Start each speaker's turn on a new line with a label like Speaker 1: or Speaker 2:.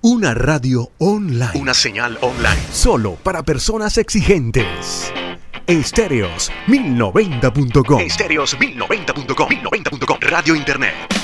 Speaker 1: Una radio online.
Speaker 2: Una señal online.
Speaker 1: Solo para personas exigentes. Estéreos 1090.com. Oh.
Speaker 2: Estéreos 1090.com. 1090.com. Radio Internet.